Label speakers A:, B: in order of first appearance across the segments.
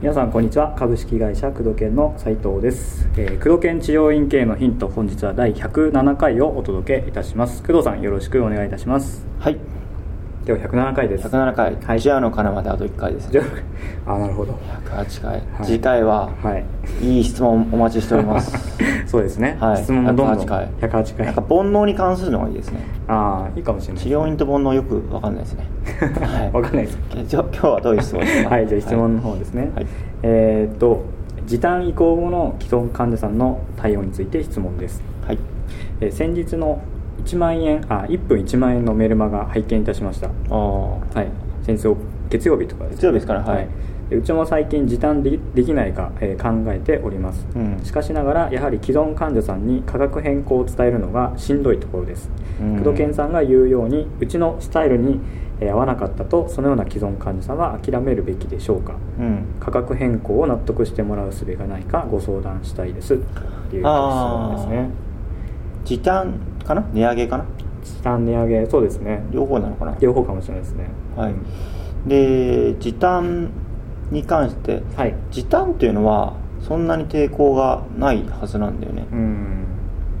A: 皆さんこんにちは株式会社工藤研の斉藤です、えー、工藤研治療院系のヒント本日は第107回をお届けいたします工藤さんよろしくお願いいたします
B: はい
A: では107回です
B: 107回、
A: はい
B: ジアの金まであと1回です
A: じゃ ああなるほど
B: 108回、
A: はい
B: 次回は
A: はい
B: いい質問お待ちしてお ります
A: そうですね、
B: はい
A: 質問もどんどん
B: 108回
A: 108
B: な
A: 回
B: んか煩悩に関するのがいいですね
A: ああいいかもしれない
B: 治療院と煩悩よく分かんないです ねは
A: わかんないです
B: いじゃあ今日はどういう質問ですか
A: はい、じゃあ質問の方ですね。
B: はい
A: えーっと、時短移行後の既存患者さんの対応について質問です。
B: はい
A: えー先日の1万円、あ、1分1万円のメルマガ拝見いたしました。
B: ああ
A: はい、先日月曜日とかです、
B: 月曜日ですからはい
A: でうちも最近時短できできないか、えー考えております、
B: うん
A: しかしながらやはり既存患者さんに価格変更を伝えるのがしんどいところです、
B: うん
A: 工藤健さんが言うようにうちのスタイルに、えー合わなかったとそのような既存患者さんは諦めるべきでしょうか
B: うん
A: 価格変更を納得してもらう術がないかご相談したいですっていう質問ですね
B: 時短かな値上げかな
A: 時短値上げそうですね
B: 両方なのかな
A: 両方かもしれないですね
B: はいで時短に関して
A: はい
B: 時短っていうのはそんなに抵抗がないはずなんだよね、
A: うん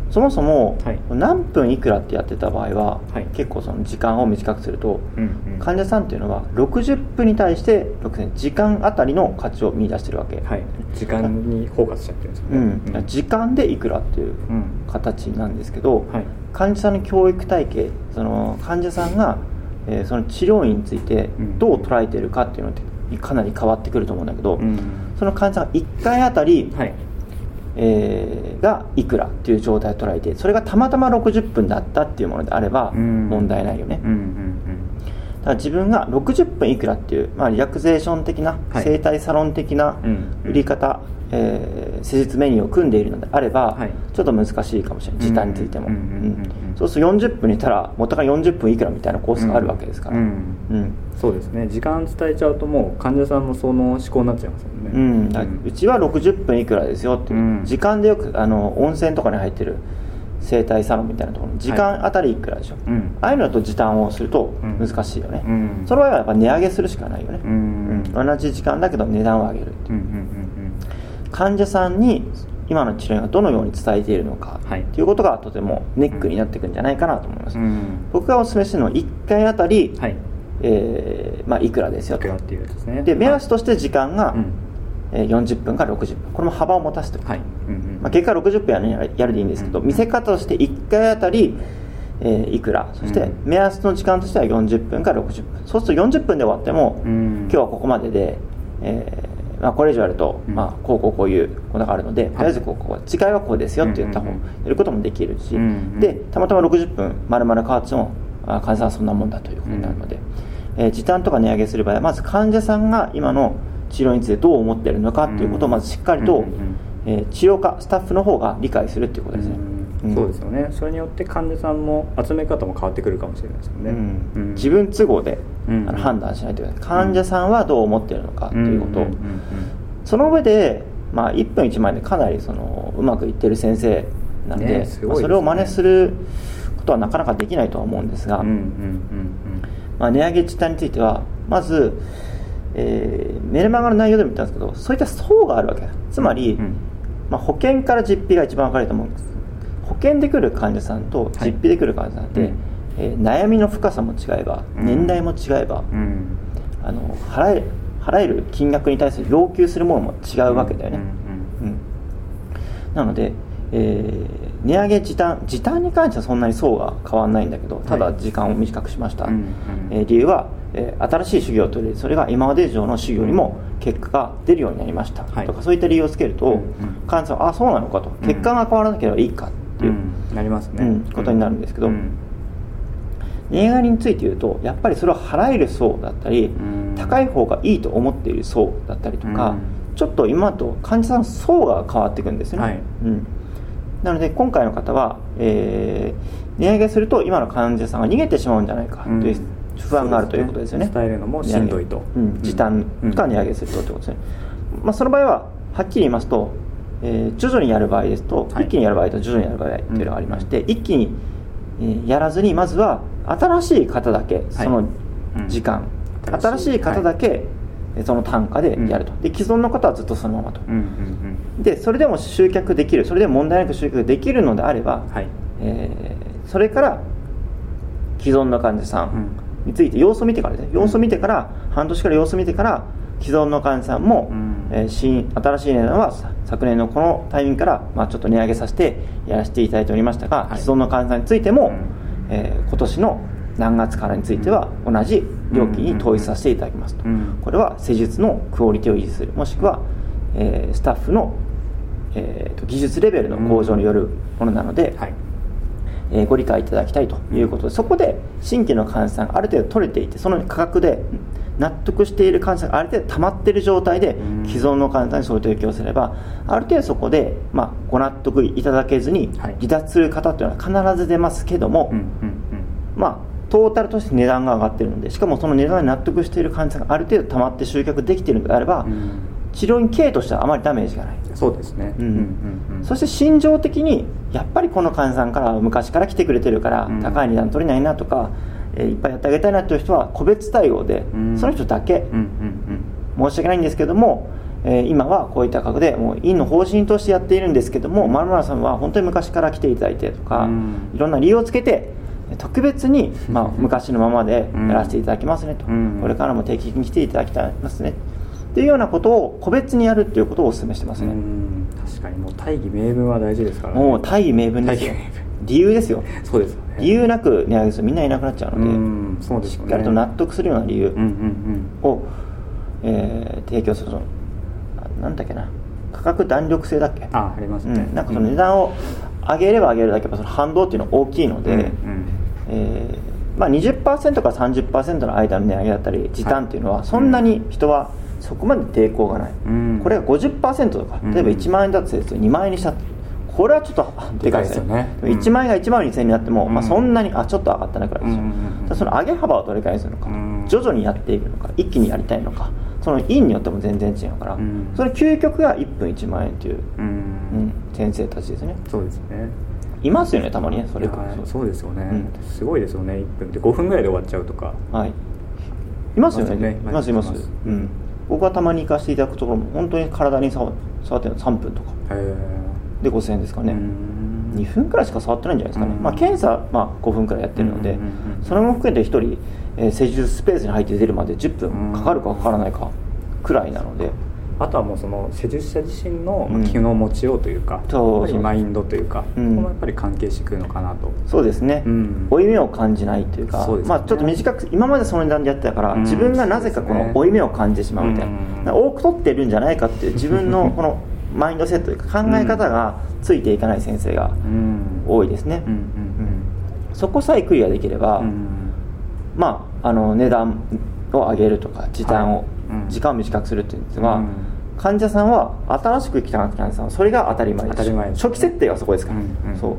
B: そもそも、
A: はい
B: 何分いくらってやってた場合は、
A: はい
B: 結構その時間を短くすると、
A: うんうん
B: 患者さんっていうのは60分に対して6000時間あたりの価値を見出してるわけ、
A: はい、時間にフォーカスしちゃってるんですよ
B: う
A: ね。
B: ん時間でいくらっていう
A: うん
B: 形なんですけど、
A: はい、
B: 患者さんの教育体系その患者さんが、えーその治療院について
A: うん
B: どう捉えてるかっていうのってかなり変わってくると思うんだけど、
A: うん
B: その患者さんが1回あたり、
A: はい、
B: えーがいくらっていう状態を捉えてそれがたまたま60分だったっていうものであれば
A: うん
B: 問題ないよね、
A: うんうん
B: ただ自分が60分いくらっていう、まあ、リラクゼーション的な、
A: はい
B: 整体サロン的な
A: うん
B: 売り方、えー施術メニューを組んでいるのであれば、
A: はい
B: ちょっと難しいかもしれない時短についても、
A: うんうんうん
B: そうすると40分にいたら元から40分いくらみたいなコ
A: う
B: ー
A: ん、
B: スがあるわけですから、
A: うん
B: うん
A: そうですね。時間伝えちゃうともう患者さんもその思考になっちゃいますもんね。
B: うん、だうちは60分いくらですよっていう、
A: うん
B: 時間でよくあの温泉とかに入ってる整体サロンみたいなところの時間あたりいくらでしょ、
A: うん
B: ああいうのだと時短をすると
A: うん
B: 難しいよね、
A: うん
B: その場合はやっぱ値上げするしかないよね、
A: うん
B: 同じ時間だけど値段を上げる
A: うんうんうん
B: 患者さんに今の治療がどのように伝えているのか
A: はい
B: っていうことがとてもネックになってくるんじゃないかなと思います、
A: うんうん。
B: 僕がお勧めしてるのは1回あたり、
A: はい。
B: えーまあ、いくらですよ
A: いくら
B: と
A: っていうやつですね。
B: で目安として時間が、
A: うん
B: えー40分から60分これも幅を持たせておく、
A: はい。うんうん。
B: まあ、結果60分やるんやらやるでいいんですけど、
A: うん
B: 見せ方として1回あたり、えーいくらそして
A: うん
B: 目安の時間としては40分から60分そうすると40分で終わっても、
A: うん
B: 今日はここまでで、えーまあ、これ以上やると、
A: うん
B: まあ、こうこうこういうことがあるので、とりあえずこうこう次回はこうですよって言った方、
A: うんうんうん
B: やることもできるし、
A: うんうん
B: でたまたま60分丸々変わってもあ患者さんはそんなもんだということになるので、えー時短とか値上げする場合はまず患者さんが今の治療についてどう思っているのかということをまずしっかり
A: う
B: と、
A: んうんうん
B: えー治療科スタッフの方が理解するということですね、
A: うん
B: ん
A: そうですよね。それによって患者さんも集め方も変わってくるかもしれないですもんね。
B: うん
A: うん
B: 自分都合で、
A: うん
B: あの判断しないといけない患者さんはどう思っているのかということを、
A: んんうん
B: その上で、まあ、1分1枚でかなりそのうまくいってる先生なんで,、
A: ねすごいですね
B: まあそれを真似することはなかなかできないとは思うんですが、
A: うんうんうん
B: まあ、値上げ自体についてはまず、えーメルマガの内容でも言ったんですけどそういった層があるわけだつまり、
A: うんうん
B: まあ、保険から実費が一番分かると思うんです保険で来る患者さんと実費で来る患者さんって、
A: はいうん
B: えー悩みの深さも違えば
A: うん
B: 年代も違えば、
A: うんうん
B: あの払え払える金額に対する要求するものも違うわけだよね、
A: うん
B: うんなので、えー値上げ時短時短に関してはそんなに層が変わらないんだけどただ
A: はい
B: 時間を短くしました、
A: うんうん
B: えー理由は、えー新しい修行を取り入れそれが今まで以上の修行にも結果が出るようになりました、
A: はい
B: とかそういった理由をつけると、
A: うんうん
B: 患者さんはあそうなのかと
A: うん
B: 結果が変わらなければいいかっていう、
A: うんなりますね、
B: うんことになるんですけど
A: うん
B: 値上がりについて言うとやっぱりそれは払える層だったり、
A: ん
B: 高い方がいいと思っている層だったりとか、
A: うん
B: ちょっと今と患者さんの層が変わっていくんですよね、
A: はい
B: うん、なので今回の方は、えー値上げすると今の患者さんが逃げてしまうんじゃないかという
A: うん
B: 不安があるということですよね,、
A: そうですね伝えるのもしんどいと
B: 値上げうん、時短か値上げするとということですね、まあ、その場合ははっきり言いますと、えー徐々にやる場合ですと、
A: はい
B: 一気にやる場合と徐々にやる場合っていうのがありまして、一気にえーやらずにまずは新しい方だけそ
A: は
B: の
A: うん
B: 時間、
A: 新しい
B: 新しい方だけ、えーその単価でやると、で既存の方はずっとそのままと、
A: うんうん
B: でそれでも集客できるそれで問題なく集客できるのであれば、
A: うんはい
B: えーそれから既存の患者さ
A: うん
B: んについて様子を見てからね様子を見てから、半年から様子を見てから既存の患者さんも、
A: うん
B: えー新新しい値段はさ昨年のこのタイミングから、まあ、ちょっと値上げさせてやらせていただいておりましたが、
A: はい
B: 既存の患者さんについても、
A: うん
B: えー今年の何月からについては同じ料金に統一させていただきますと、
A: うん
B: これは施術のクオリティを維持するもしくは、えースタッフの、えーと技術レベルの向上によるものなので、
A: はい
B: えーご理解いただきたいということでそこで新規の患者さんがある程度取れていてその価格で納得している患者さんがある程度溜まっている状態で
A: うん
B: 既存の患者さんにそれを提供すればある程度そこで、まあ、ご納得いただけずに
A: はい
B: 離脱する方というのは必ず出ますけども、
A: うんうん
B: まあ、トータルとして値段が上がってるのでしかもその値段に納得している患者さんがある程度溜まって集客できているのであれば、
A: うんうん
B: 治療に経営としてはあまりダメージがない。
A: そうですね
B: うん
A: うん
B: そして心情的にやっぱりこの患者さんから昔から来てくれてるから
A: うん
B: 高い値段取れないなとか、えーいっぱいやってあげたいなという人は個別対応で、
A: うん
B: その人だけ、
A: うんうん
B: 申し訳ないんですけども、えー今はこういった価格でもう院の方針としてやっているんですけども丸村さんは本当に昔から来ていただいてとか、
A: うん
B: いろんな理由をつけて特別に、まあ、昔のままでやらせていただきますねと、
A: うん
B: これからも定期的に来ていただきたいますねっていうようなことを個別にやるっていうことをお勧めしてます
A: うんう
B: ね。
A: ん確かにもう大義名分は大事ですからね
B: もう大義名分ですよ
A: 大義名
B: 理 由ですよ
A: そうですよね
B: 理由なく値上げするとみんないなくなっちゃう
A: う
B: の
A: ん
B: で
A: そうです
B: し
A: よね
B: っかりと納得するような理由
A: うんうん
B: を、えー提供するとあなんだっけな価格弾力性だっけ
A: うんああります
B: う
A: ね
B: ん、なんかその値段を上げれば上げるだけやっぱその反動っていうのは大きいので、
A: うんうん
B: えーまあ、20%から30%の間の値上げだったり時短っていうのはそんなに人はそこまで抵抗がない、
A: うん
B: これが50%とか
A: うん
B: 例えば1万円だとすると2万円にしたこれはちょっとでかいですよ
A: でかい
B: ね
A: ですよねうん
B: 1万円が1万2000円になっても、まあ、
A: うん
B: そんなにあちょっと上がったなくらいですよ、
A: うんうんうん
B: ただその上げ幅をどれくらいにするのか、
A: うん
B: 徐々にやっていくのか一気にやりたいのかその因によっても全然違うから、
A: うん
B: その究極が1分1万円という、
A: う
B: うんん、先生たちですね
A: そうですね
B: いますよねたまにねそれくらい
A: はいそうですよね、
B: うん
A: すごいですよね1分で5分ぐらいで終わっちゃうとか
B: はい。いますよね。
A: い
B: い
A: ま
B: ますす
A: よね
B: います
A: います。
B: うん。僕はたまに行かせていただくところも本当に体に触触ってるの3分とか
A: へ
B: で5000円ですか
A: え
B: ね。
A: うん
B: 2分くらいしか触ってないんじゃないですかね、
A: うん
B: まあ、検査、まあ、5分くらいやってるので、
A: うんうんうん
B: それも含めて1人、えー施術スペースに入って出るまで10分かかるかかからないかくらいなので、
A: あとはもうその施術者自身のま
B: う
A: あ
B: ん
A: 気の持ちようというか、やっ
B: そう
A: ぱりマインドというか、
B: うん
A: ここもやっぱり関係してくるのかなと、
B: そうですね、
A: うん
B: 負い目を感じないというか
A: そうですね
B: まあ、ちょっと短く今までその値段でやってたから、
A: うん
B: 自分がなぜかこ
A: そうですね
B: の負い目を感じてしまうみたい
A: う
B: な、
A: ん
B: だから多く取ってるんじゃないか っていう自分のこのマインドセットというか考え方がついていかない先生が
A: うん
B: 多いですね、
A: うんうん
B: そこさえクリアできれば、
A: うんうん
B: まあ、あの値段を上げるとか時短を、
A: はいうん
B: 時間を短くするっていうんですが、
A: うん
B: 患者さんは新しく来た患者さんはそれが当たり前です
A: 当たり前です
B: 初期設定はそこですから、
A: うんうん
B: そう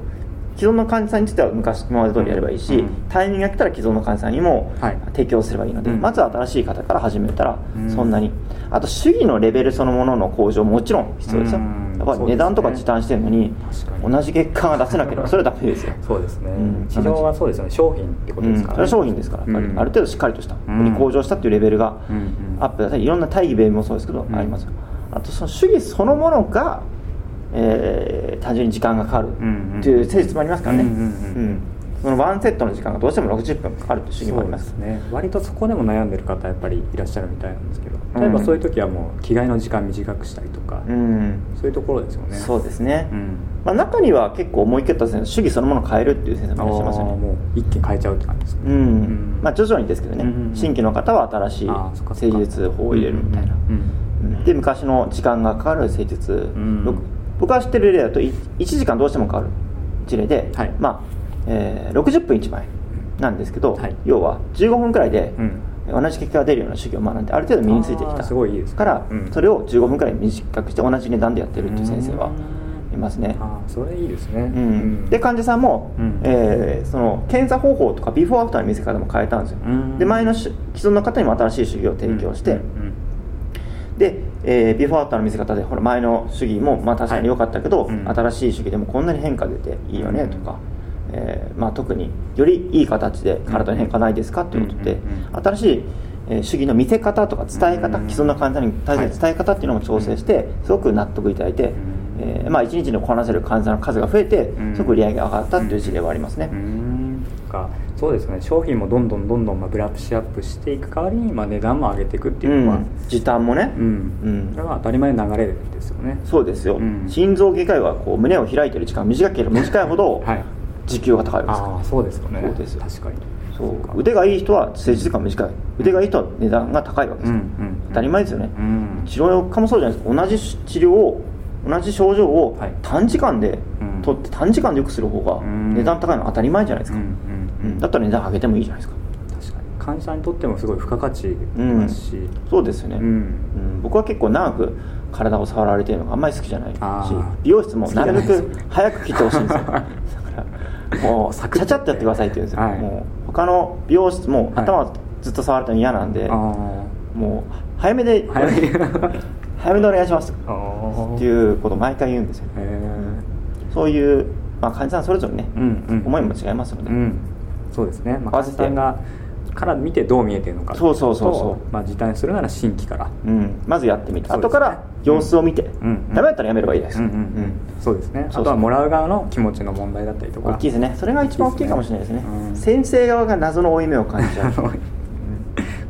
B: 既存の患者さんについては昔今まで通りやればいいし、
A: うん
B: タイミングが来たら既存の患者さんにも
A: はい
B: 提供すればいいので、
A: うん
B: まずは新しい方から始めたら
A: うん
B: そんなに、あと主義のレベルそのものの向上ももちろん必要ですよ、
A: うん
B: やっぱり
A: そうですね
B: 値段とか時短してるのに
A: 確かに
B: 同じ結果が出せなければそれはダメで すよ
A: そうですね、
B: うん
A: 治療はそうですよね商品ってことですから、ね
B: うんそれは商品ですからやっぱり、
A: うん
B: ある程度しっかりとした、
A: うん
B: に向上したっていうレベルが
A: うんうん
B: アップだったりいろんな大義弁もそうですけど、
A: うん
B: ありますあとその主義そのものが、えー単純に時間がかかる
A: んうん
B: っていう性質もありますからね
A: うんうんうん
B: うんそのワンセットの時間がどうしても60分かかるっていう主義もあります
A: そうですね割とそこでも悩んでる方やっぱりいらっしゃるみたいなんですけど例えば
B: うん
A: そういう時はもう着替えの時間短くしたりとか、
B: うん
A: そういうところですよね
B: そうですね、
A: うん
B: まあ、中には結構思い切った先生主義そのものを変えるっていう先生もいらっしゃいますよ
A: あー
B: ね
A: もう一気に変えちゃうって感じです
B: う
A: ね、
B: んまあ、徐々にですけどね、
A: うんうんうん
B: 新規の方は新しい
A: あーそっかそっ
B: 施
A: か
B: 術法を入れるみたいな、
A: うんうん
B: で昔の時間がかかる施術、
A: ん
B: 僕僕が知ってる例だとい1時間どうしてもかかる事例で、
A: はい
B: まあえー60分1枚なんですけど、
A: はい
B: 要は15分くらいで
A: うん
B: 同じ結果が出るような修行を学んである程度身についてき
A: あー
B: た
A: すごいいいですね
B: から、
A: うん
B: それを15分くらい短くして同じ値段でやってるっていう先生は
A: うん
B: いますね。
A: ああそれいいですね、う
B: うん、で患者さんも、
A: うん
B: えーその検査方法とかビフォーアフターの見せ方も変えたんですよ、
A: うん
B: で前のし既存の方にも新しい修行を提供して、
A: うん
B: で、えービフォーアフターの見せ方でほら前の主義もまあ確かに良かったけど、
A: はいうん
B: 新しい主義でもこんなに変化出ていいよねとか、えーまあ、特によりいい形で体に変化ないですかということで
A: うんうんうん
B: 新しい、えー主義の見せ方とか伝え方
A: うん
B: 既存の患者さんに対する伝え方っていうのも調整してすごく納得いただいて、えーまあ、1日のこなせる患者さんの数が増えて
A: うん
B: すごく売り上げが上がったという事例はありますね。
A: うんかそうですね商品もどんどんどんどんまあブラッシュアップしていく代わりにまあ値段も上げていくっていうのは、
B: うん時短もね、
A: うん
B: うん
A: これは当たり前の流れですよね
B: そうですよ、
A: うん
B: 心臓外科医はこう胸を開いてる時間短ければ短いほ ど
A: はい
B: 時給が高いですから、
A: ああそうですよね
B: そうですよ
A: 確かに
B: そう
A: か
B: 腕がいい人は施術時間短い腕がいい人は値段が高いわけで
A: う
B: す
A: んう
B: よ、
A: ん
B: 当たり前ですよね、
A: うん
B: 治療科もそうじゃないですか同じし治療を同じ症状を
A: はい
B: 短時間で
A: うん
B: 取って短時間で良くする方が
A: うん
B: 値段高いのは当たり前じゃないですか、
A: うんうん
B: うんだったら値段上げてもいいじゃないですか
A: 確かに患者さんにとってもすごい付加価値だし、
B: そうですよね、
A: うん
B: うん僕は結構長く体を触られてるのがあんまり好きじゃないし
A: あー
B: 美容室もなるべ
A: 好きじゃない
B: く
A: ですね
B: 早く切ってほしい んですよだからもう
A: サ
B: ち
A: クッ
B: ゃ
A: と
B: ちゃっとやってくださいって言うんですよ、
A: はい
B: もう他の美容室も
A: はい
B: 頭をずっと触られてるの嫌なんで、
A: あ
B: もう早めで
A: あ早め
B: 早めでお願いします
A: ああ
B: っていうことを毎回言うんですよ
A: へえ
B: そういう、まあ、患者さんそれぞれね、
A: うんうん
B: 思いも違いますので、
A: うん、そうですね、まあ、
B: 合わ
A: 患者
B: せて
A: さんがから見てどう見えてるのか
B: そうそうそうそう
A: とまあ、時短するなら新規から、
B: うんまずやってみて、
A: そうですね
B: 後から様子を見て、
A: ん
B: ダメだったらやめればいいです、
A: うんうんうん、そうですね
B: そうそう
A: あとはもらう側の気持ちの問題だったりとか
B: 大きいですねそれが一番大きいかもしれないですね
A: うん
B: 先生側が謎の負い目を感じちゃ
A: あの
B: う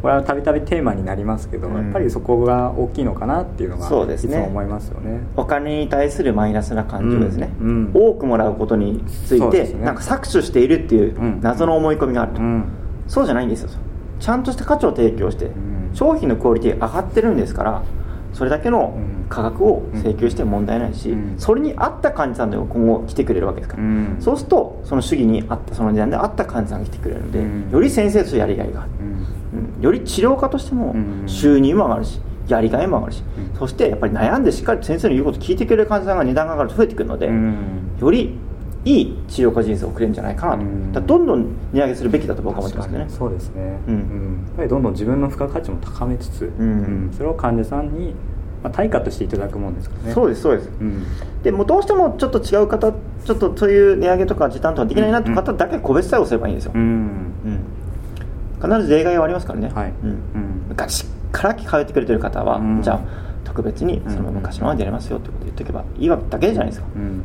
A: これはたびたびテーマになりますけど、
B: うん
A: やっぱりそこが大きいのかなっていうのが
B: そうです
A: いつ
B: ね
A: も思いますよね
B: お金に対するマイナスな感情ですね、
A: うんうん
B: 多くもらうことにつ
A: そ
B: いう
A: で
B: て、
A: すね
B: なんか搾取しているってい
A: うん
B: う謎の思い込みがあると、
A: うん
B: そうじゃないんですよちゃんとした価値を提供して、
A: ん
B: 商品のクオリティが上がってるんですからそれだけの
A: うん
B: 価格を請求しても問題ないし、
A: うん
B: それに合った患者さんで今後来てくれるわけですから、
A: うん
B: そうするとその主義に合ったその値段で合った患者さんが来てくれるので、
A: うん
B: より先生としてやりがいがある、
A: うん
B: うんより治療家としても
A: うん
B: 収入も上がるしやりがいも上がるし、
A: うん
B: そしてやっぱり悩んでしっかりと先生の言うことを聞いてくれる患者さんが値段が上がると増えてくるので、
A: うん
B: よりいい治療家人生を送れるんじゃないかなと、
A: うん
B: だからどんどん値上げするべきだと僕は思ってま
A: 確
B: す
A: か
B: けど
A: に
B: ね
A: そうですね、
B: うん
A: やっぱりどんどん自分の付加価値も高めつつ、
B: ん
A: それを患者さんに、まあ、対価としていただくもんですからね
B: そう
A: で
B: ですそうです、
A: うん
B: でもうどうしてもちょっと違う方ちょっとそういう値上げとか時短とかできないなって方だけ個別対応すればいいんですよ、
A: うん
B: うん必ず例外はありますからね、
A: はい
B: うん
A: うん
B: 昔から通ってくれてる方は、
A: うん
B: じゃあ特別にその昔のままでやりますよってことを言っておけばいいわけだけじゃないですか、
A: うん
B: うん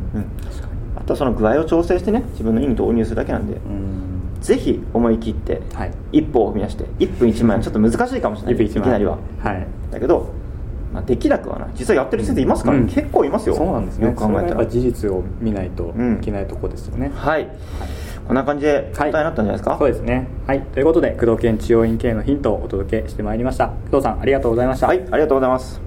B: あとはその具合を調整してね自分の意に導入するだけなんで、
A: うん
B: ぜひ思い切って
A: はい
B: 一歩を踏み出して1分1万円ちょっと難しいかもしれな
A: 一
B: いい
A: 分一万
B: きなりは
A: はい
B: だけど、まあ、できなくはない実際やってる先生いますから、
A: うん
B: 結構いますよ
A: そうなんですね
B: よく考
A: そ
B: え
A: れ
B: た
A: がや
B: ら
A: っぱ事実を見ないと
B: うん
A: いけないとこですよね、
B: はいこんな感じで答えになったんじゃないですか、
A: そうですねはいということで工藤健治療院系のヒントをお届けしてまいりました工藤さんありがとうございました
B: はいありがとうございます